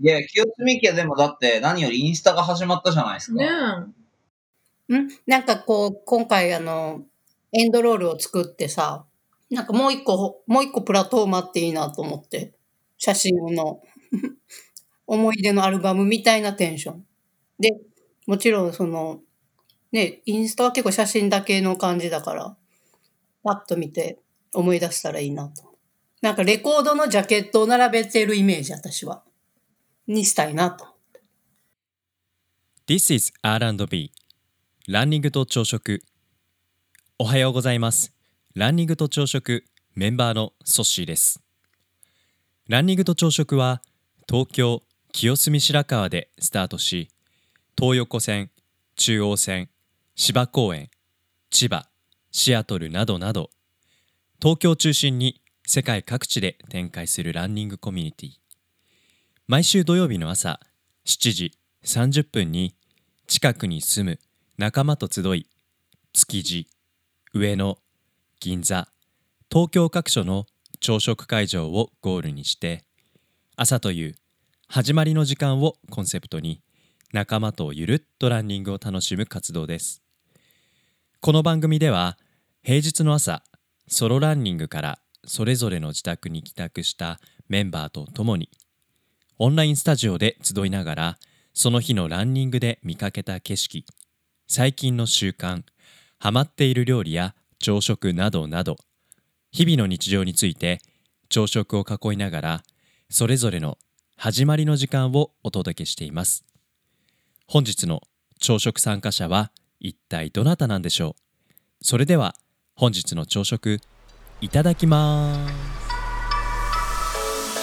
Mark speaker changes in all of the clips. Speaker 1: いや、清澄家でもだって何よりインスタが始まったじゃないですか。
Speaker 2: ね
Speaker 3: んなんかこう、今回あの、エンドロールを作ってさ、なんかもう一個、もう一個プラトーマっていいなと思って、写真の 思い出のアルバムみたいなテンション。で、もちろんその、ね、インスタは結構写真だけの感じだから、パッと見て思い出したらいいなと。なんかレコードのジャケットを並べてるイメージ、私は。にしたいなと。
Speaker 4: This is R&B ランニングと朝食おはようございますランニングと朝食メンバーのソッシーですランニングと朝食は東京清澄白河でスタートし東横線中央線芝公園千葉シアトルなどなど東京を中心に世界各地で展開するランニングコミュニティ毎週土曜日の朝7時30分に近くに住む仲間と集い築地上野銀座東京各所の朝食会場をゴールにして朝という始まりの時間をコンセプトに仲間とゆるっとランニングを楽しむ活動ですこの番組では平日の朝ソロランニングからそれぞれの自宅に帰宅したメンバーと共にオンラインスタジオで集いながらその日のランニングで見かけた景色最近の習慣ハマっている料理や朝食などなど日々の日常について朝食を囲いながらそれぞれの始まりの時間をお届けしています本日の朝食参加者は一体どなたなんでしょうそれでは本日の朝食いただきます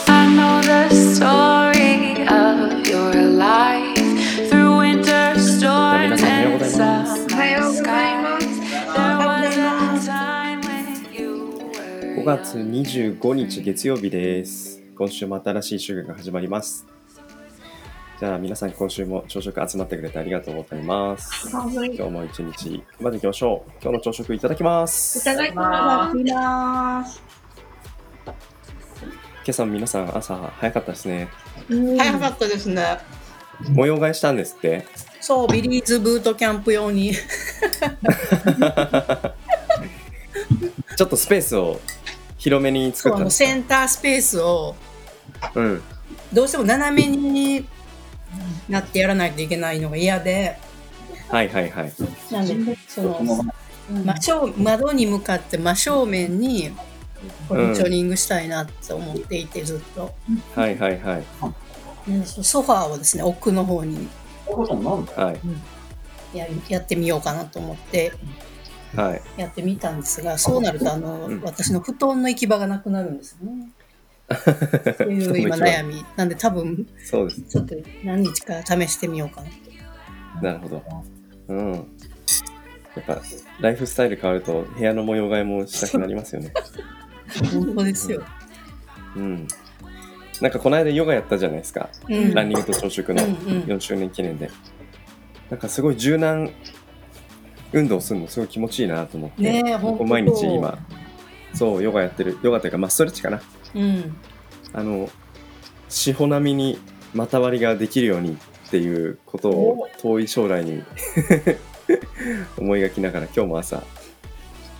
Speaker 5: I know the story of your life through winter storms and summer skies. There was a time when you were
Speaker 6: 5月25日月曜日です。今週も新しい週が始まります。じゃあ皆さん今週も朝食集まってくれてありがとうございます。今日も一日頑張っていきましょう。今日の朝食いただきます。今
Speaker 2: きます。
Speaker 6: 朝皆さん朝早かったですね。
Speaker 3: 早かったですね。
Speaker 6: 模様替えしたんですって。
Speaker 3: そう、ビリーズブートキャンプ用に。
Speaker 6: ちょっとスペースを広めに
Speaker 3: そ
Speaker 6: 作
Speaker 3: う
Speaker 6: っ
Speaker 3: あ
Speaker 6: たん
Speaker 3: の
Speaker 6: です
Speaker 3: センタースペースを
Speaker 6: か。うん。
Speaker 3: どうしても斜めになってやらないといけないのが嫌で
Speaker 6: はいはいはい。
Speaker 3: なんでそ
Speaker 1: この
Speaker 3: の真正窓に向かって真正面にポジショニングしたいなって思っていてずっと、
Speaker 6: はいはいはい。
Speaker 3: なんでそのソファーをですね奥の方に
Speaker 6: はい。
Speaker 3: ややってみようかなと思って
Speaker 6: はい。
Speaker 3: やってみたんですがそうなるとあの、
Speaker 6: うん
Speaker 3: 私の布団の行き場がなくなるんですよね。という今悩みなんで多分
Speaker 6: そうです。
Speaker 3: ちょっと何日か試してみようかな
Speaker 6: なるほど。うん。やっぱライフスタイル変わると部屋の模様替えもしたくなりますよね。
Speaker 3: 本当ですよ。
Speaker 6: うん。なんかこの間ヨガやったじゃないですか。
Speaker 3: うん
Speaker 6: ランニングと朝食の
Speaker 3: うんうん
Speaker 6: 4周年記念で。なんかすごい柔軟運動するのすごい気持ちいいなと思って。
Speaker 3: ねえほん
Speaker 6: 僕
Speaker 3: と
Speaker 6: 毎日今、そう、ヨガやってる。ヨガというか、まあストレッチかな。
Speaker 3: うん、
Speaker 6: あの、しほなみに股割りができるようにっていうことを遠い将来に 思いがきながら今日も朝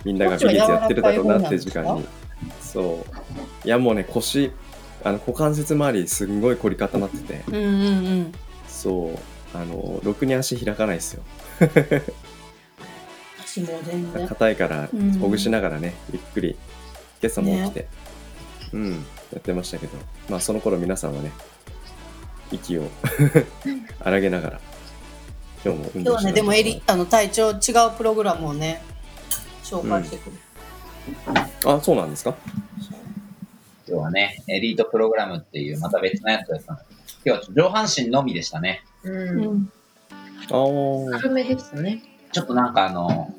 Speaker 6: みんながビリーズやってるだろうなっていう時間
Speaker 3: こっ
Speaker 6: にそういやもうね腰あの股関節周りすんごい凝り固まってて
Speaker 3: うんうんうん
Speaker 6: そうあのろくに足開かないですよ
Speaker 3: 私もう全然
Speaker 6: 硬いから
Speaker 3: うん
Speaker 6: ほぐしながらねゆっくり今朝も起きて、うんやってましたけどまあその頃皆さんはね 息を荒げながら今日も運
Speaker 3: 今日
Speaker 6: 動
Speaker 3: は
Speaker 6: し
Speaker 3: ね
Speaker 6: て
Speaker 3: でもエリあの体調違うプログラムをね紹介してくる、
Speaker 6: あそうなんですか
Speaker 1: 今日はね、エリートプログラムっていう、また別のやつをやったんです今日は上半身のみでしたね。
Speaker 2: うん。
Speaker 6: あ ー
Speaker 2: 軽めでしたね。
Speaker 1: ちょっとなんかあの、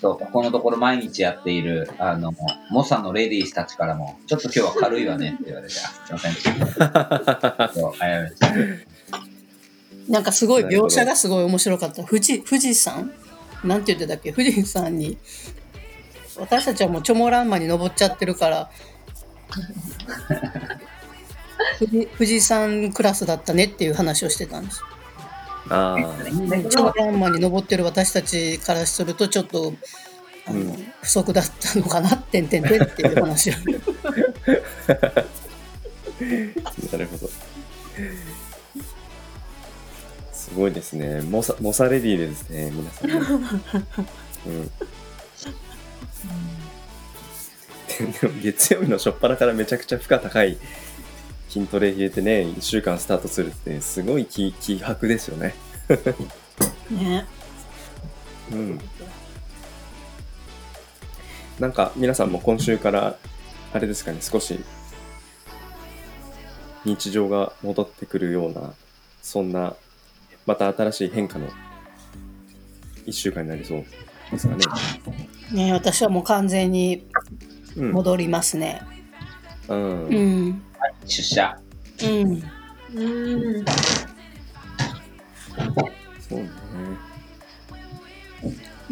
Speaker 1: そう、ここのところ毎日やっている、あの、モサのレディースたちからも、ちょっと今日は軽いわねって言われて、あすいません。ち ょっとあやめました
Speaker 3: なんかすごい
Speaker 6: なるほ
Speaker 3: 描
Speaker 6: ど
Speaker 3: 写がすごい面白かった富士富士山なんて言ってたっけ富士山に私たちはもうチョモランマに登っちゃってるから富士富士山クラスだったねっていう話をしてたんです。
Speaker 6: ああ、
Speaker 3: 長ンマに登ってる私たちからするとちょっとあの、
Speaker 6: うん
Speaker 3: 不足だったのかなってんてんてんっていう話を
Speaker 6: なるほど。すごいですね。モサモサレディーでですね、皆さんね。うん。でも月曜日の初っ端からめちゃくちゃ負荷高い筋トレ入れてね、1週間スタートするって、すごい気気迫ですよね。
Speaker 3: ね。
Speaker 6: うん。なんか皆さんも今週から、あれですかね、少し日常が戻ってくるような、そんな、また新しい変化の1週間になりそうですかね。
Speaker 3: ね私はもう完全に
Speaker 6: うん。
Speaker 3: 戻りますね。
Speaker 6: うん
Speaker 3: う。ん。
Speaker 1: 出社。
Speaker 3: うん。
Speaker 5: Mm.
Speaker 6: そうね。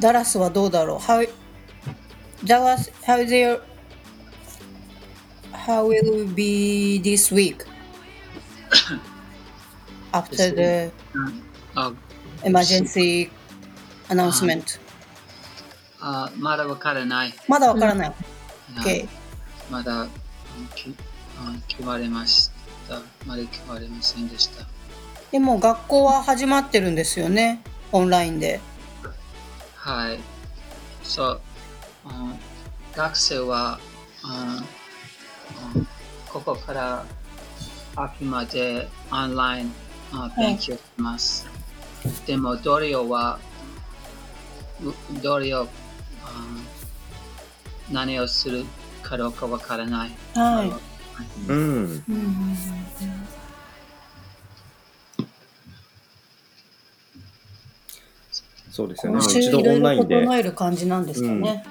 Speaker 3: ダラスはどうだろう ?How, Dallas, how, there, how will it be this week? After the
Speaker 2: Uh,
Speaker 3: emergency announcement.
Speaker 2: あまだわからない。
Speaker 3: まだわからない。
Speaker 2: はい
Speaker 3: OK。
Speaker 2: まだきあ決まりました。まだ決まりませんでした。
Speaker 3: でも学校は始まってるんですよね。オンラインで。
Speaker 2: はい。そう、あ学生はああここから秋までオンラインあ
Speaker 3: い
Speaker 2: 勉強します。でもドリオはうドリオあ何をするかどうかわからない。
Speaker 3: は
Speaker 6: うん。
Speaker 3: い。
Speaker 6: そうですよ
Speaker 3: 今
Speaker 6: ね。もう
Speaker 3: 週
Speaker 6: 一
Speaker 3: い
Speaker 6: 度
Speaker 3: ろ
Speaker 6: オ
Speaker 3: い
Speaker 6: ンラ
Speaker 3: ろ
Speaker 6: インで、
Speaker 3: 整える感じなんですかね。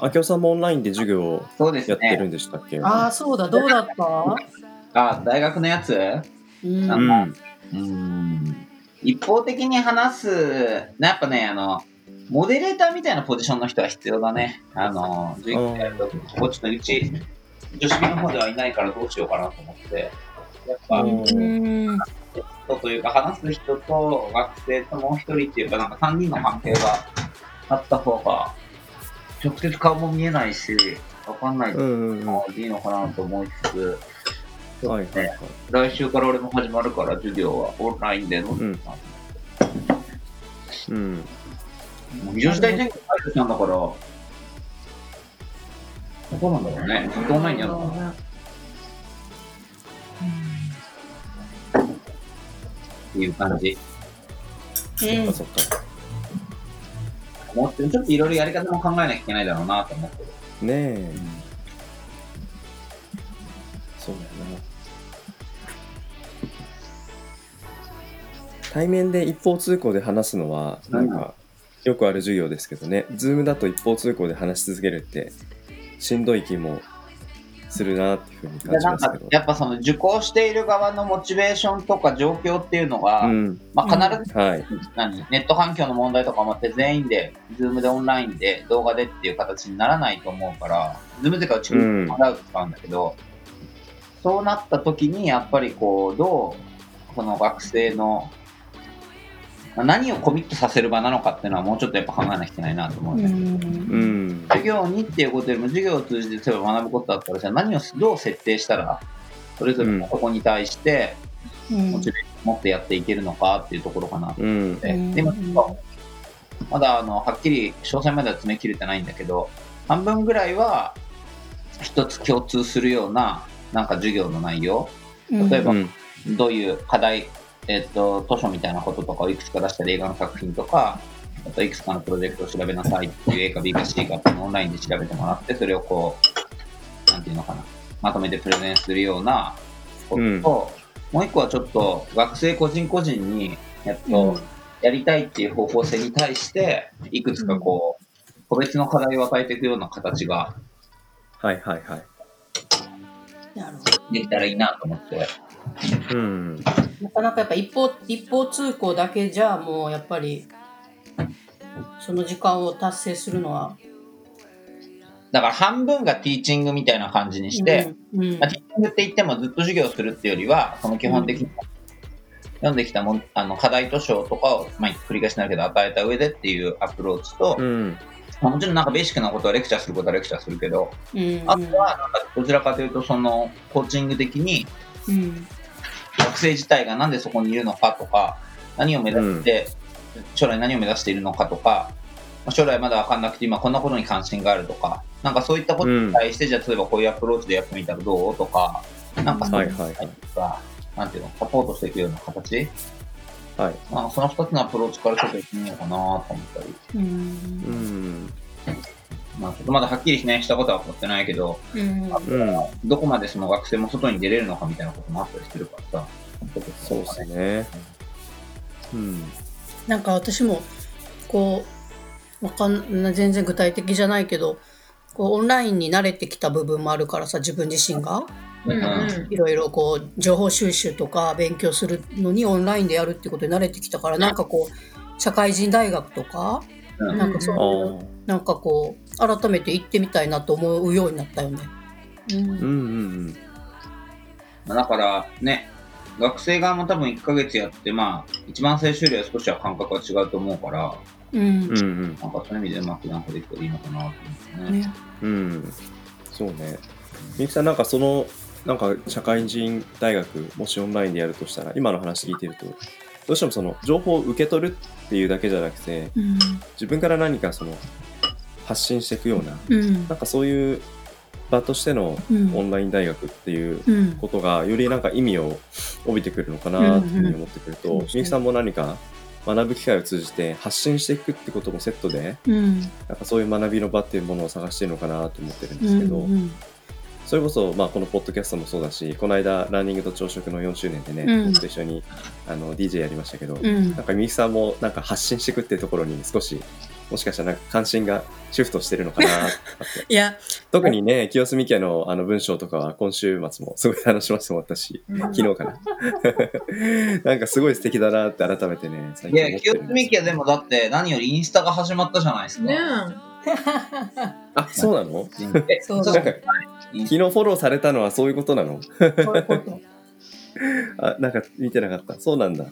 Speaker 6: あきおさんもオンラインで授業を
Speaker 1: そうです
Speaker 6: やってる
Speaker 1: ね。
Speaker 6: んでしたっけ、
Speaker 3: ああ、そうだ。どうだった
Speaker 1: あ、大学のやつ
Speaker 3: うん。
Speaker 1: あ
Speaker 3: う
Speaker 6: うんん。
Speaker 1: うーん。一方的に話す、なやっぱね、あの、モデレーターみたいなポジションの人は必要だね。あの、授業やるとこっちのうち、女子部の方ではいないからどうしようかなと思って、やっぱ、
Speaker 3: うん
Speaker 1: 人というか、話す人と学生ともう一人っていうか、なんか3人の関係があった方が、直接顔も見えないし、わかんない
Speaker 6: うんうんうん。は
Speaker 1: のでいいのかなと思いつつ、
Speaker 6: いはいはい。
Speaker 1: 来週から俺も始まるから、授業はオンラインでの。
Speaker 6: んうん。
Speaker 1: もう非常事態宣言解除したんだから、どうなんだろうね。ずっとオンラインにやるのかな。っていう感じ。
Speaker 6: あ、そっか。
Speaker 1: もうちょっといろいろやり方も考えなきゃいけないだろうなと思ってる。
Speaker 6: ねえ。そうだよな。対面で一方通行で話すのは、なんか、よくある授業ですけどね、ズームだと一方通行で話し続けるって、しんどい気もするなっていうふうに
Speaker 1: で
Speaker 6: 感じ
Speaker 1: なん
Speaker 6: ます
Speaker 1: か
Speaker 6: けど。
Speaker 1: やっぱその受講している側のモチベーションとか状況っていうのが、
Speaker 6: うん。
Speaker 1: まあ、必ず
Speaker 6: はい。
Speaker 1: 何ネット環境の問題とかもあって全員で Zoom でオンラインで動画でっていう形にならないと思うから Zoom っていうかうちに払う使うんだけど、そうなった時にやっぱりこうどうこの学生のまあ何をコミットさせる場なのかっていうのはもうちょっとやっぱ考えなきゃいけないなと思う、
Speaker 3: う
Speaker 1: ね
Speaker 3: ん
Speaker 6: うん。
Speaker 1: 授業にっていうことよりも授業を通じて例えば学ぶことだったらじゃあ何をどう設定したらそれぞれのそこに対して
Speaker 3: うん
Speaker 1: モチベーションを持ってやっていけるのかっていうところかな
Speaker 6: うん。
Speaker 1: で
Speaker 3: うん
Speaker 1: でもちょっとまだあのはっきり詳細までは詰め切れてないんだけど半分ぐらいは一つ共通するようななんか授業の内容
Speaker 3: うん
Speaker 1: 例えば
Speaker 6: うん。
Speaker 1: どういう課題、えっと図書みたいなこととかをいくつか出した映画の作品とかあといくつかのプロジェクトを調べなさいっていう A か B か C かっていうのをオンラインで調べてもらってそれをこうなんていうのかなまとめてプレゼンするようなことと、
Speaker 6: うん
Speaker 1: もう一個はちょっと学生個人個人にえっと、
Speaker 3: うん
Speaker 1: やりたいっていう方向性に対して、いくつかこう、個別の課題を与えていくような形が
Speaker 6: はいはいはい。
Speaker 3: なるほど
Speaker 1: できたらいいなと思って。
Speaker 6: うん。
Speaker 3: なかなかやっぱ一方一方通行だけじゃもうやっぱりその時間を達成するのは
Speaker 1: だから半分がティーチングみたいな感じにして、
Speaker 3: うん、うん
Speaker 1: まあ、ティーチングって言ってもずっと授業するっていうよりは、その基本的に読んできたもんあの課題図書とかを、まあ、繰り返しになるけど与えた上でっていうアプローチと、
Speaker 6: うん。
Speaker 1: まあもちろんなんかベーシックなことはレクチャーすることはレクチャーするけど、
Speaker 3: うん
Speaker 1: あとはなんかどちらかというとそのコーチング的に
Speaker 3: うん
Speaker 1: 学生自体がなんでそこにいるのかとか、何を目指して、将来何を目指しているのかとか、まあ将来まだ分かんなくて今こんなことに関心があるとか、なんかそういったことに対して、じゃあ例えばこういうアプローチでやってみたらどうとか、なんかそう
Speaker 6: はいいう
Speaker 1: の
Speaker 6: はいはい。
Speaker 1: が、なんていうの、サポートしていくような形、
Speaker 6: はい。
Speaker 1: まあ、その2つのアプローチからちょっとやってみようかなと思ったり、
Speaker 3: うん
Speaker 6: うん。
Speaker 1: まあ、ちょっとまだはっきりしないしたことは分かってないけど、
Speaker 3: うん
Speaker 6: うん。
Speaker 1: どこまでその学生も外に出れるのかみたいなこともあったりするからさ、
Speaker 6: そうですね。うん。
Speaker 3: なんか私もこうわかんな全然具体的じゃないけどこうオンラインに慣れてきた部分もあるからさ自分自身が
Speaker 1: うん
Speaker 3: いろいろこう情報収集とか勉強するのにオンラインでやるってことに慣れてきたからなんかこう社会人大学とか
Speaker 1: うん
Speaker 3: なんか
Speaker 6: あ
Speaker 3: そういう
Speaker 6: ー
Speaker 3: なんかこう改めて行ってみたいなと思うようになったよね。
Speaker 6: うんうん
Speaker 1: まあだからね、学生側も多分1ヶ月やって、まあ、一番最終よりは少しは感覚が違うと思うから、
Speaker 3: うん
Speaker 6: うん。うんうん。
Speaker 1: なんかそういう意味でうまくなんかできたらいいのかなと思うんですね。
Speaker 3: ね
Speaker 6: うん、そうね。みゆきさん、なんかその、なんか社会人大学、もしオンラインでやるとしたら、今の話聞いてると、どうしてもその情報を受け取るっていうだけじゃなくて、
Speaker 3: うん
Speaker 6: 自分から何かその発信していくような、
Speaker 3: うん
Speaker 6: なんかそういう場としての
Speaker 3: うん
Speaker 6: オンライン大学っていう
Speaker 3: うん
Speaker 6: ことが、よりなんか意味を帯びてくるのかなっていうふうに思ってくる
Speaker 3: うんうん、
Speaker 6: とみゆきさんも何か学ぶ機会を通じて発信していくってこともセットで、
Speaker 3: うん
Speaker 6: なんかそういう学びの場っていうものを探してるのかなと思ってるんで
Speaker 3: う
Speaker 6: す
Speaker 3: ん
Speaker 6: けど、
Speaker 3: うん
Speaker 6: それこそ、まあ、このポッドキャストもそうだし、この間、ランニングと朝食の4周年でね、
Speaker 3: うん
Speaker 6: 僕と一緒にあの DJ やりましたけど、
Speaker 3: うん
Speaker 6: なんかみゆきさんもなんか発信していくっていうところに少し、もしかしたらなんか関心がシフトしてるの かなって。
Speaker 3: いや
Speaker 6: 特にね、清澄家のあの文章とかは今週末もすごい楽しませてもらったし、昨日かな。なんか すごい素敵だなって改めてね、最
Speaker 1: い
Speaker 6: 近思
Speaker 1: や、
Speaker 6: って
Speaker 1: 清
Speaker 6: るん
Speaker 1: 澄
Speaker 6: です
Speaker 1: 家でもだって何よりインスタが始まったじゃないですか。
Speaker 5: ね
Speaker 6: あ、そうなの
Speaker 1: え
Speaker 3: そう
Speaker 6: なんか、昨日フォローされたのはそういうことなの
Speaker 3: そういうこと
Speaker 6: あ、なんか見てなかった。そうなんだ。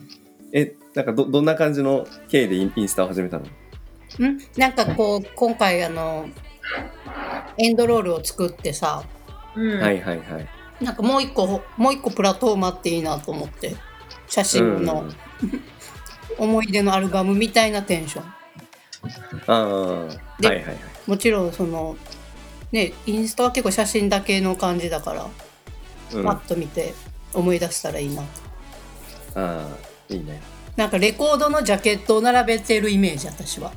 Speaker 6: え、なんかど、どんな感じの経緯でインインスタを始めたの
Speaker 3: んなんかこう今回あのエンドロールを作ってさ
Speaker 5: うん
Speaker 6: はいはいはい。
Speaker 3: なんかもう一個もう一個プラトーマっていいなと思って写真の思い出のアルバムみたいなテンション、
Speaker 6: ああ、はい
Speaker 3: で
Speaker 6: はいはい。
Speaker 3: もちろんそのねインスタは結構写真だけの感じだから、
Speaker 6: うん、
Speaker 3: パ
Speaker 6: あ
Speaker 3: ッと見て思い出したらいいなと
Speaker 6: あー、いいね。
Speaker 3: なんかレコードのジャケットを並べてるイメージ私は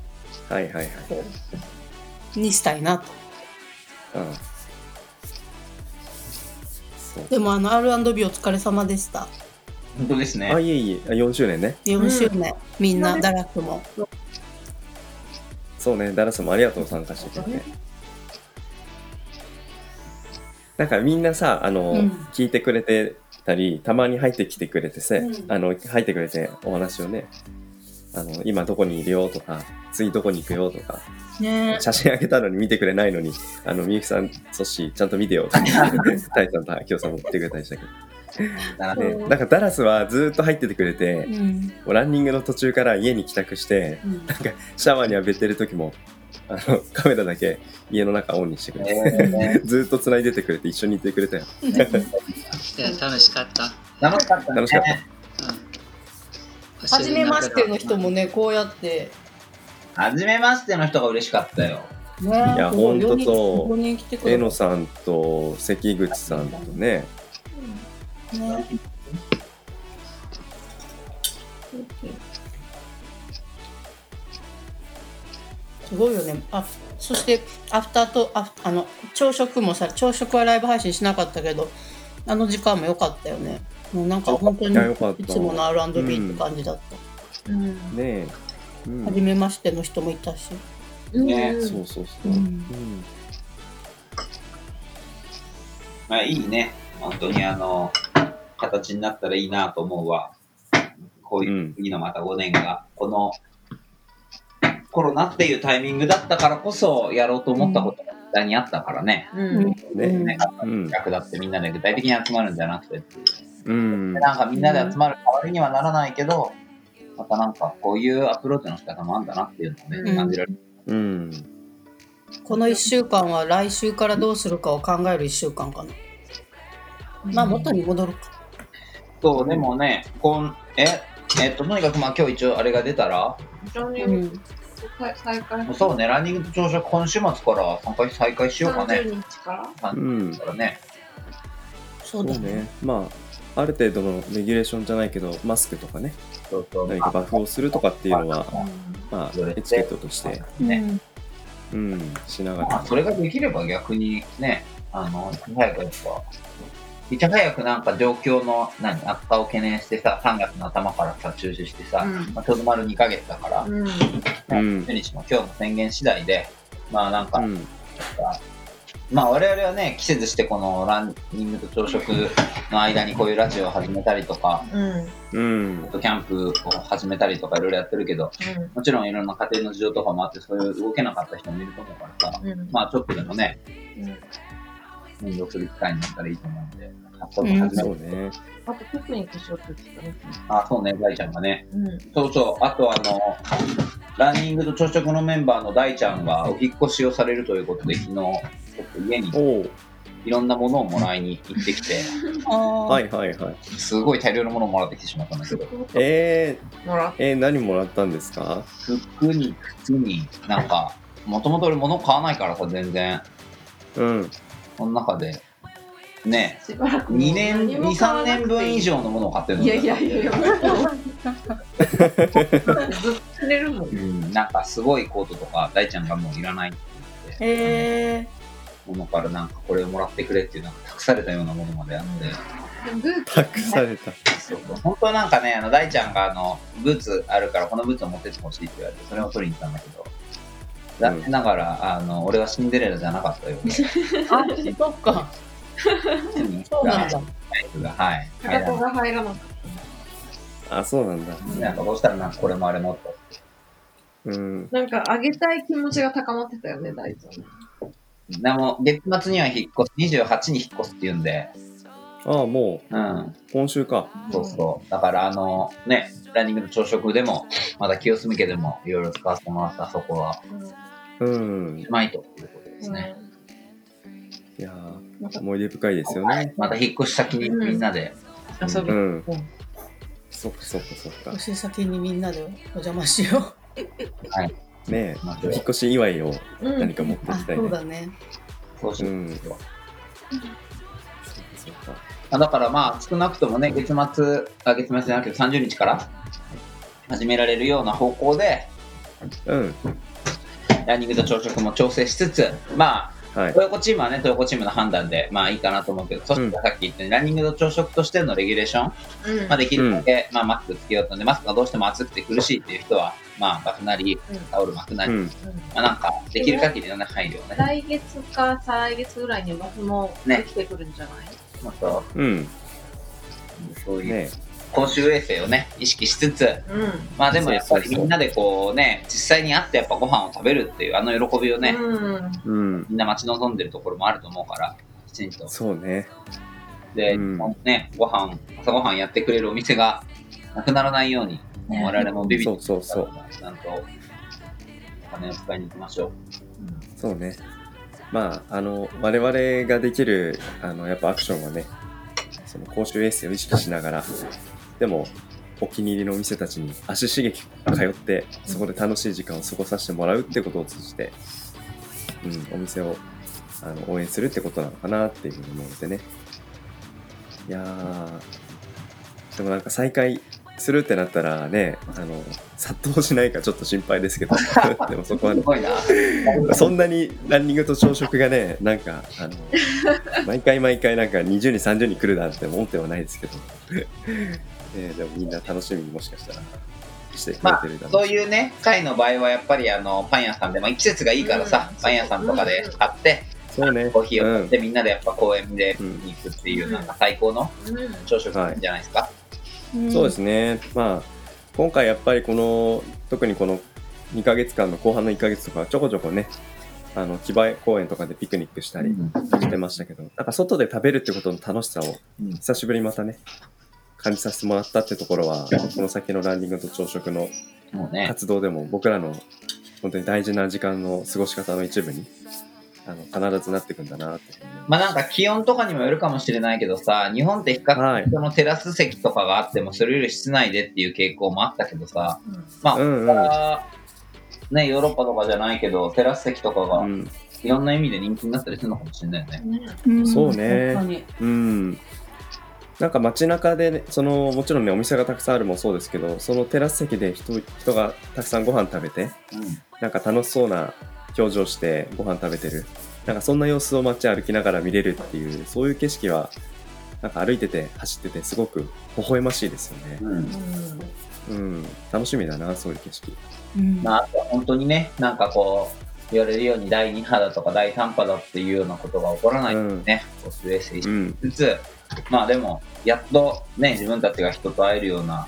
Speaker 6: はいはいはい。
Speaker 3: こうにしたいなと
Speaker 6: うん。そう
Speaker 3: でもあの R&B お疲れ様でした
Speaker 1: 本当です
Speaker 6: あ、
Speaker 1: ね。
Speaker 6: いえいえ、あ4周年ね。
Speaker 3: 4周年、みんな堕落も
Speaker 6: そうね、ダラスもありがとう参加してくれて。なんかみんなさ、あの、
Speaker 3: うん
Speaker 6: 聞いてくれてたり、たまに入ってきてくれてさ、
Speaker 3: うん
Speaker 6: あの、入ってくれてお話をね、あの、今どこにいるよとか、次どこに行くよとか、
Speaker 3: ね
Speaker 6: 写真あげたのに見てくれないのに、あの、みゆきさん、そし、ちゃんと見 てよとか、タイさんときょうさんも言ってくれたりしたけ
Speaker 1: な
Speaker 6: ど、
Speaker 1: るほど
Speaker 6: ね、なんかダラスはずっと入っててくれて、
Speaker 3: う
Speaker 6: も
Speaker 3: ん
Speaker 6: うランニングの途中から家に帰宅して、
Speaker 3: うん
Speaker 6: シャワーに浴びてる時も、あの、カメラだけ家の中オンにしてくれて、
Speaker 1: え
Speaker 6: ずっと繋いでてくれて、一緒にいてくれたよ。
Speaker 2: で楽しかった。
Speaker 1: ー楽しかったね
Speaker 6: 楽しかった。
Speaker 3: 初めましての人もね
Speaker 2: ね。
Speaker 3: こうやって
Speaker 1: 初めましての人が嬉しかったよ。
Speaker 3: ね
Speaker 6: いや
Speaker 3: こう
Speaker 6: ほんとそう
Speaker 3: 4人4人来てく
Speaker 6: え
Speaker 3: れた
Speaker 6: のさんと関口さんとね、
Speaker 3: ねすごいよねあそしてアフターとああの朝食もさ朝食はライブ配信しなかったけどあの時間も良かったよねもうなんか本当
Speaker 6: い
Speaker 3: に
Speaker 6: やよかった
Speaker 3: いつもの R&B って感じだった、
Speaker 6: ねえ、うん
Speaker 3: 初めましての人もいたし、
Speaker 1: ね
Speaker 6: そうそうそう。
Speaker 3: うん
Speaker 6: うん
Speaker 1: まあいいね。本当にあの、形になったらいいなと思うわ。こう
Speaker 6: う
Speaker 1: いうん次のまた5年が、このコロナっていうタイミングだったからこそやろうと思ったことが体にあったからね、
Speaker 7: うん。
Speaker 6: ね。
Speaker 3: ね
Speaker 6: うん。
Speaker 1: 役だってみんなで具体的に集まるんじゃなくてっていう。
Speaker 6: うん。
Speaker 1: なんかみんなで集まる代わりにはならないけど、またなんかこういうアプローチの仕方もあるんだなっていうのをね、
Speaker 3: うん
Speaker 1: 感じられる。
Speaker 6: うん。
Speaker 3: この1週間は来週からどうするかを考える1週間かな。まあ元に戻るか。
Speaker 1: そう、でもね、こんえ、えっと、とにかくまあ今日一応あれが出たら、
Speaker 7: 非常に
Speaker 3: うん、
Speaker 7: 再再開
Speaker 1: もうそうね、ランニングと朝食今週末から参加再開しようかね。
Speaker 7: 30日から
Speaker 6: うん
Speaker 1: だからね、
Speaker 3: そ
Speaker 6: そう
Speaker 3: だ
Speaker 6: う
Speaker 3: ね。
Speaker 6: ね。まあ、ある程度のレギュレーションじゃないけど、マスクとかね、
Speaker 1: そうそう
Speaker 6: 何かバフをするとかっていうのは、まあ、エチケットとして、
Speaker 1: ね
Speaker 6: うん、しなが
Speaker 1: まあ
Speaker 6: ら。
Speaker 1: それができれば逆にね、あの、いち早くやっぱ、いち早くなんか状況の何悪化を懸念してさ、3月の頭からさ、中止してさ、
Speaker 7: うん
Speaker 1: まあ、ちょうど丸2ヶ月だから、
Speaker 7: うん。
Speaker 6: うん。
Speaker 1: 何日も今日の宣言次第で、まあなんか、
Speaker 6: うん。
Speaker 1: まあ我々はね、季節してこのランニングと朝食の間にこういうラジオを始めたりとか、
Speaker 7: うん。
Speaker 6: うん。
Speaker 1: キャンプを始めたりとかいろいろやってるけど、もちろんいろんな家庭の事情とかもあって、そういう動けなかった人もいると思うからさ、
Speaker 7: うん。うん。
Speaker 1: まあちょっとでもね、
Speaker 7: うん
Speaker 1: 運動する機会になったらいいと思うんで、あそう
Speaker 3: うん
Speaker 1: 始め
Speaker 6: そうね。
Speaker 7: あと、特に化粧って言ってたね。
Speaker 1: あ、そうね、大ちゃんがね。
Speaker 7: うん。
Speaker 1: そうそう、あとあの、ランニングと朝食のメンバーの大ちゃんがお引っ越しをされるということで、昨日、ちょっと家に
Speaker 6: おう
Speaker 1: いろんなものをもらいに行ってきて、
Speaker 3: ああ、
Speaker 6: はいはいはい。
Speaker 1: すごい大量のものをもらってきてしまったんだけど、
Speaker 6: え
Speaker 7: もらっ
Speaker 6: ー、えー、何もらったんですか
Speaker 1: 服に靴に、なんか、もともと俺物買わないからさ、全然。
Speaker 6: うん。
Speaker 1: その中で、ね
Speaker 7: しばらく。
Speaker 1: 2年、2、3年分以。上のものを買ってるの
Speaker 7: いやいやいやいや。ずっとくれるもん。
Speaker 1: うん、なんかすごいコートとか、大ちゃんがもういらないって言って、
Speaker 3: え
Speaker 1: ものからなんかこれをもらってくれっていう、なんか託されたようなものまであって、
Speaker 7: でもブーツ
Speaker 6: 託された。
Speaker 1: そうそう本当はなんかね、あの大ちゃんがあのブーツあるから、このブーツを持ってってほしいって言われて、それを取りに行ったんだけど、残念ながら、あの俺はシンデレラじゃなかったよ。
Speaker 3: ー、あ、そっか。そ うなんだ。
Speaker 1: タイプが、はい。
Speaker 7: かかとが入らなく
Speaker 6: あ、そうなんだ。
Speaker 1: はいなんかどうしたらなんかこれもあれもって。
Speaker 6: うん。
Speaker 7: なんか、あげたい気持ちが高まってたよね、大ちゃん。
Speaker 1: でも、月末には引っ越す、28に引っ越すって言うんで、
Speaker 6: ああ、も
Speaker 1: うん、
Speaker 6: う、今週か。
Speaker 1: そうそう。だから、あの、ね、ランニングの朝食でも、まだ清澄家でも、いろいろ使わせてもらったそこは、
Speaker 6: うん。いう
Speaker 1: まいということですね。
Speaker 6: やー思い出深いですよね。
Speaker 1: また引っ越し先にみんなで、
Speaker 7: 遊び
Speaker 6: う
Speaker 7: に
Speaker 6: ん。そっかそっかそっか
Speaker 3: お。し先にみんなでお邪魔しよ
Speaker 6: ね
Speaker 1: まあ
Speaker 6: え、お引っ越し祝いを
Speaker 7: うん
Speaker 6: 何か持って
Speaker 3: う。
Speaker 6: い
Speaker 3: あ
Speaker 6: き、たい
Speaker 3: そう
Speaker 6: ね。
Speaker 3: だね。。
Speaker 1: そうし
Speaker 6: うん。
Speaker 1: よう
Speaker 6: そっかそっか。
Speaker 1: まあだから、まあ、少なくともね、月末、あ、月末じゃなくて30日から、始められるような方向で、
Speaker 6: うん。
Speaker 1: ランニングと朝食も調整しつつ、まあ、
Speaker 6: はい。
Speaker 1: トヨコチームはね、トヨコチームの判断で、まあいいかなと思うけど、そしてさっき言ったように、ランニングの朝食としてのレギュレーション、
Speaker 7: うん
Speaker 1: まあ、できるだけ、まあ、マスクつけようとね、マスクがどうしても暑くて苦しいっていう人は、まあ、バフなり
Speaker 7: うん、
Speaker 1: タオル巻くな
Speaker 6: う
Speaker 1: り、ま
Speaker 6: ん。
Speaker 1: あ、なんか、できる限りのね、配慮をね、
Speaker 7: 来月か再来月ぐらいに僕もできてくるんじゃない、
Speaker 1: また、
Speaker 6: うん。
Speaker 1: そういう、
Speaker 6: ね
Speaker 1: 公衆衛生をね、意識しつつ、
Speaker 7: う
Speaker 1: まあ、でもやっぱ
Speaker 6: そうそ
Speaker 1: り
Speaker 6: うそう
Speaker 1: みんなでこうね、実際に会ってやっぱご飯を食べるっていう、あの喜びを
Speaker 7: ん。
Speaker 1: ね、
Speaker 7: うん。
Speaker 6: え。うん。
Speaker 1: みんな待ち望んでるところもあると思うから、きちんと。
Speaker 6: そうね。
Speaker 1: で、
Speaker 6: うん
Speaker 1: ね、ご飯、朝ご飯やってくれるお店がなくならないように、
Speaker 7: ね
Speaker 1: 我々もビビ
Speaker 6: そ
Speaker 1: ッ
Speaker 6: うそう
Speaker 1: と
Speaker 6: そ
Speaker 1: や
Speaker 6: う。
Speaker 1: ちゃんとお金を使いに行きましょう。
Speaker 6: そうね。まあ、あの、我々ができる、あの、やっぱアクションはね、その公衆衛生を意識しながら、でも、お気に入りのお店たちに足しげき通って、そこで楽しい時間を過ごさせてもらうってことを通じて、うん、お店をあの応援するってことなのかなっていうふうに思うのでね。いやー、でもなんか再開するってなったらね、あの、殺到しないかちょっと心配ですけど、 でもそこは
Speaker 1: す
Speaker 6: ね、
Speaker 1: ごいな。
Speaker 6: そんなにランニングと朝食がね、なんか、あの、毎回毎回なんか20に30に来るなんて思ってはないですけど、 ねえでもみんな楽しみにもしかしたらしてくれてるだろうし
Speaker 1: そういうね、会の場合はやっぱりあのパン屋さんで、まあ、季節がいいからさ、
Speaker 7: うん
Speaker 1: パン屋さんとかで買って、
Speaker 6: そうね。
Speaker 1: コーヒーを買
Speaker 6: う
Speaker 1: っ
Speaker 6: ん
Speaker 1: て、みんなでやっぱ公園で見に行くっていう、
Speaker 7: うん
Speaker 1: なんか最高の
Speaker 7: うん。
Speaker 1: 朝食じゃないですか。
Speaker 6: そうですすね、まあ、今回やっぱりこの特にこの2ヶ月間の後半の1ヶ月とかはちょこちょこねあの木場公園とかでピクニックしたりしてましたけど、なんか外で食べるってことの楽しさを
Speaker 1: うん
Speaker 6: 久しぶりにまたね、感じさせてもらったってところは、この先のランニングと朝食の
Speaker 1: もうね、
Speaker 6: 活動でも僕らの本当に大事な時間の過ごし方の一部にあの必ずなっていくんだなって思い
Speaker 1: ま
Speaker 6: ま
Speaker 1: あなんか気温とかにもよるかもしれないけどさ、日本って比
Speaker 6: す。
Speaker 1: 較
Speaker 6: はい
Speaker 1: 的。そのテラス席とかがあっても、それより室内でっていう傾向もあったけどさ、まあ、
Speaker 6: うんうん
Speaker 1: ここからね、ヨーロッパとかじゃないけど、テラス席とか
Speaker 6: う
Speaker 1: が
Speaker 6: ん、
Speaker 1: いろんな意味で人気になったりするのかもしれないよね。
Speaker 3: うん
Speaker 6: そうね
Speaker 3: 本当に
Speaker 6: うん。なんか街中でね、そのもちろんねお店がたくさんあるもそうですけどそのテラス席で人人がたくさんご飯食べてなんか楽しそうな表情してご飯食べてるなんかそんな様子を街歩きながら見れるっていうそういう景色はなんか歩いてて走っててすごく微笑ましいですよね、
Speaker 1: うん。うん。
Speaker 6: うん、楽しみだなそういう景色
Speaker 3: うん
Speaker 1: まあ、あとは本当にね、なんかこう、言われるように第2波だとか第3波だっていうようなことが起こらないようにね、こう冷静し
Speaker 6: うん
Speaker 1: つつ、まあでも、やっとね、自分たちが人と会えるような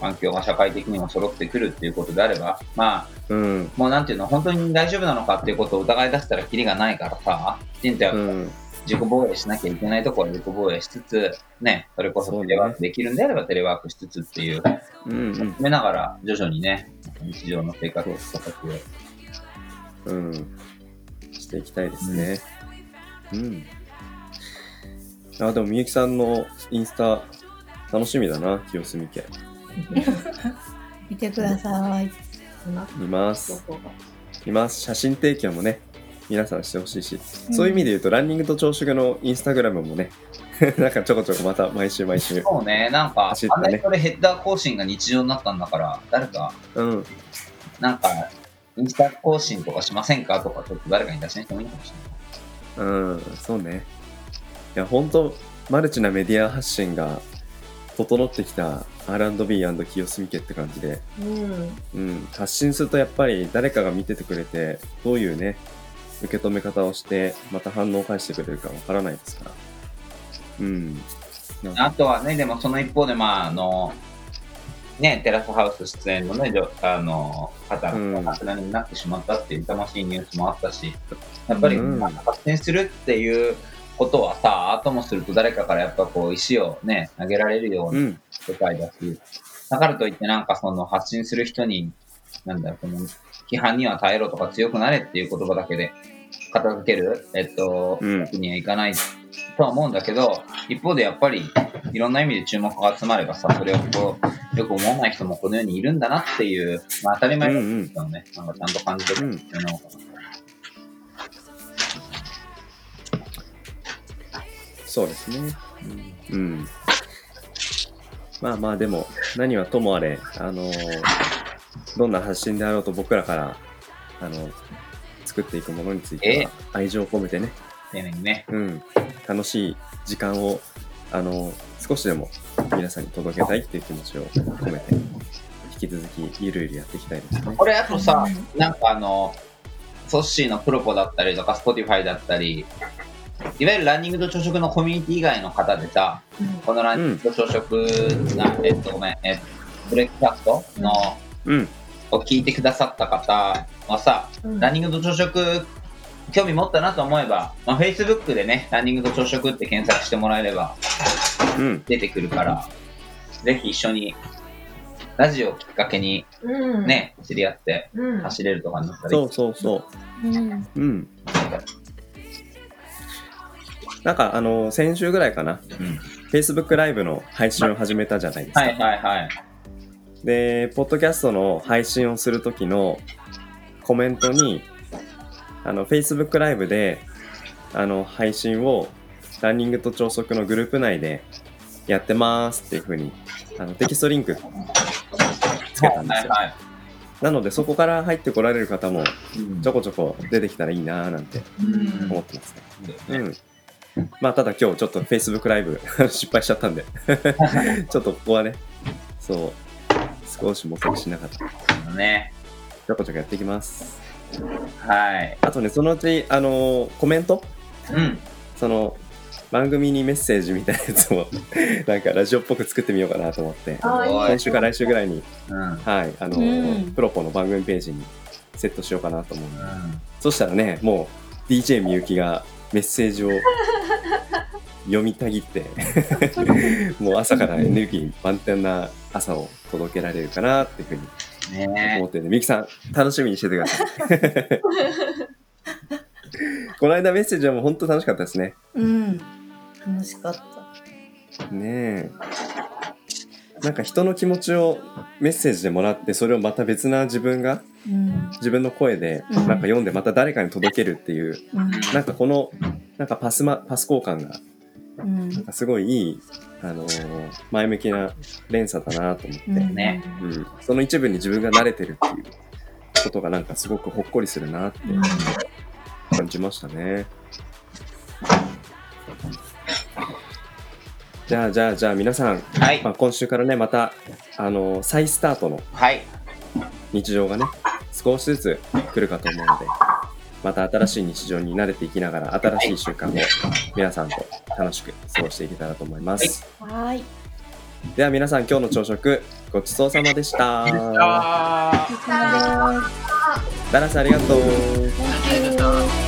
Speaker 1: 環境が社会的にも揃ってくるっていうことであれば、まあ、
Speaker 6: うん
Speaker 1: もうなんていうの、本当に大丈夫なのかっていうことを疑い出したらキリがないからさ、きちんとやっぱ
Speaker 6: うん
Speaker 1: 自己防衛しなきゃいけないところは自己防衛しつつ、ね、それこそ
Speaker 6: そう
Speaker 1: テ
Speaker 6: ね
Speaker 1: レワークできるんであればテレワークしつつっていう、
Speaker 6: うんうん
Speaker 1: めながら徐々にね、日常の生活をした時を
Speaker 6: うん、していきたいですね。うん。あ、でもみゆきさんのインスタ、楽しみだな、清澄家。
Speaker 3: 見てください。
Speaker 6: 見ます。見ます。写真提供もね、皆さんしてほしいし、そういう意味で言うと、ランニングと朝食のインスタグラムもね、 なんかちょこちょこまた毎週毎週。
Speaker 1: そうね、なんか、
Speaker 6: 走っ
Speaker 1: あ
Speaker 6: た
Speaker 1: ん
Speaker 6: ね
Speaker 1: なにそれヘッダー更新が日常になったんだから、誰か、
Speaker 6: うん。
Speaker 1: なんか、インスタ更新とかしませんかとか、ちょっと誰かに出しに行ってもいいかもし
Speaker 6: うん、そうね。いや、本当マルチなメディア発信が整ってきた R&B& 清澄家って感じで、うん、発信するとやっぱり誰かが見ててくれて、どういうね、受け止め方をして、また反応を返してくれるかわからないですから。うん。
Speaker 1: れない。あとはね、でもその一方で、まあ、あの、ね、テラスハウス出演のね、じょあの、方
Speaker 6: う
Speaker 1: が
Speaker 6: ん
Speaker 1: 亡くなりになってしまったっていう痛ましいニュースもあったし、やっぱり、
Speaker 6: うん
Speaker 1: まあ発展するっていうことはさ、あともすると誰かからやっぱこう、石をね、投げられるよう
Speaker 6: う。
Speaker 1: なん世界だし、だからといってなんかその発信する人に、なんだろう、この批判には耐えろとか強くなれっていう言葉だけで片付ける、えっと、
Speaker 6: うん
Speaker 1: わけにはいかないとは思うんだけど、一方でやっぱりいろんな意味で注目が集まればさ、それをこう、よく思わない人もこの世にいるんだなっていう、まあ当たり
Speaker 6: うんう
Speaker 1: 前だけ
Speaker 6: ん。
Speaker 1: どね、なんかちゃんと感じてるっていうのか
Speaker 6: そうですね。うん。まあまあ、でも、何はともあれ、あのーどんな発信であろうと僕らから、あの、作っていくものについては、愛情を込めてね、
Speaker 1: 丁寧にね。
Speaker 6: うん、楽しい時間をあの少しでも皆さんに届けたいっていう気持ちを込めて引き続きゆるゆるやっていきたいですね。
Speaker 1: これあとさ、なんかあの、ソッシーのプロポだったりとか、Spotify だったり、いわゆるランニングと朝食のコミュニティ以外の方でさ、このランニングと朝食な、えっと、ごめん、えっと、ブレックファストの、
Speaker 6: うん、
Speaker 1: を聞いてくださった方はさ、
Speaker 7: うん
Speaker 1: ランニングと朝食、興味持ったなと思えば、まあ、Facebook でね、ランニングと朝食って検索してもらえれば
Speaker 6: うん、
Speaker 1: 出てくるから、ぜひ一緒に、ラジオをきっかけにね、知り合って
Speaker 7: うん
Speaker 1: 走れるとかになったらいい
Speaker 6: そうそうそ
Speaker 3: うん
Speaker 6: う。うん。なんかあの先週ぐらいかな、
Speaker 1: うん、
Speaker 6: Facebook ライブの配信を始めたじゃないですか。
Speaker 1: はいはいはい。
Speaker 6: で、ポッドキャストの配信をするときのコメントに、あの、Facebook ライブで、あの、配信をランニングと朝食のグループ内でやってますっていうふうに、あの、テキストリンクつけたんですよ。
Speaker 1: はいはいは
Speaker 6: なので、そこから入ってこられる方も、
Speaker 1: い。うん
Speaker 6: ちょこちょこ出てきたらいいなーなんて思ってますね。
Speaker 1: う
Speaker 6: うんん。まあ、ただ今日ちょっと Facebook ライブ 失敗しちゃったんで、 ちょっとここはね、そう、少し模索しながら。
Speaker 1: そうね。
Speaker 6: ちょこちょこやっていきます。
Speaker 1: はい。
Speaker 6: あとね、そのうち、あのーコメント
Speaker 1: うん。
Speaker 6: その、番組にメッセージみたいなやつも、 なんかラジオっぽく作ってみようかなと思って、
Speaker 7: あーいい
Speaker 1: おい
Speaker 6: 今週か来週ぐらいに、
Speaker 1: うん。
Speaker 6: はい、あのー
Speaker 3: うん
Speaker 6: プロポの番組ページにセットしようかなと思う
Speaker 1: うん
Speaker 6: そしたらねもう DJ みゆきがメッセージを読みたぎって もう朝からエネルギー満点な朝を届けられるかなっていうふうに
Speaker 1: ね
Speaker 6: 思ってるんでみゆきさん楽しみにしててください この間メッセージはもう本当楽しかったですね
Speaker 3: うん。楽しかった。
Speaker 6: ねえなんか人の気持ちをメッセージでもらってそれをまた別な自分が
Speaker 3: うん。
Speaker 6: 自分の声で
Speaker 3: うん
Speaker 6: なんか読んでまた誰かに届けるっていう
Speaker 3: うん。
Speaker 6: なんかこのなんかパスマパス交換が
Speaker 3: うん
Speaker 6: なん。かすごいいい、あのー前向きな連鎖だなと思って、
Speaker 3: うん
Speaker 1: ね。
Speaker 6: うん、その一部に自分が慣れてるっていうことがなんかすごくほっこりするなって感じましたね。じゃあじゃあじゃあ皆さん、
Speaker 1: はい
Speaker 6: まあ、今週からねまた、あのー再スタートの
Speaker 1: はい
Speaker 6: 日常がね少しずつ来るかと思うのでまた新しい日常に慣れていきながら新しい習慣を皆さんと楽しく過ごしていけたらと思います、
Speaker 3: はい。
Speaker 6: では皆さん今日の朝食ごちそうさまでした
Speaker 1: あー
Speaker 3: お疲れ様です
Speaker 6: ダラスありがとう
Speaker 2: ありがとう。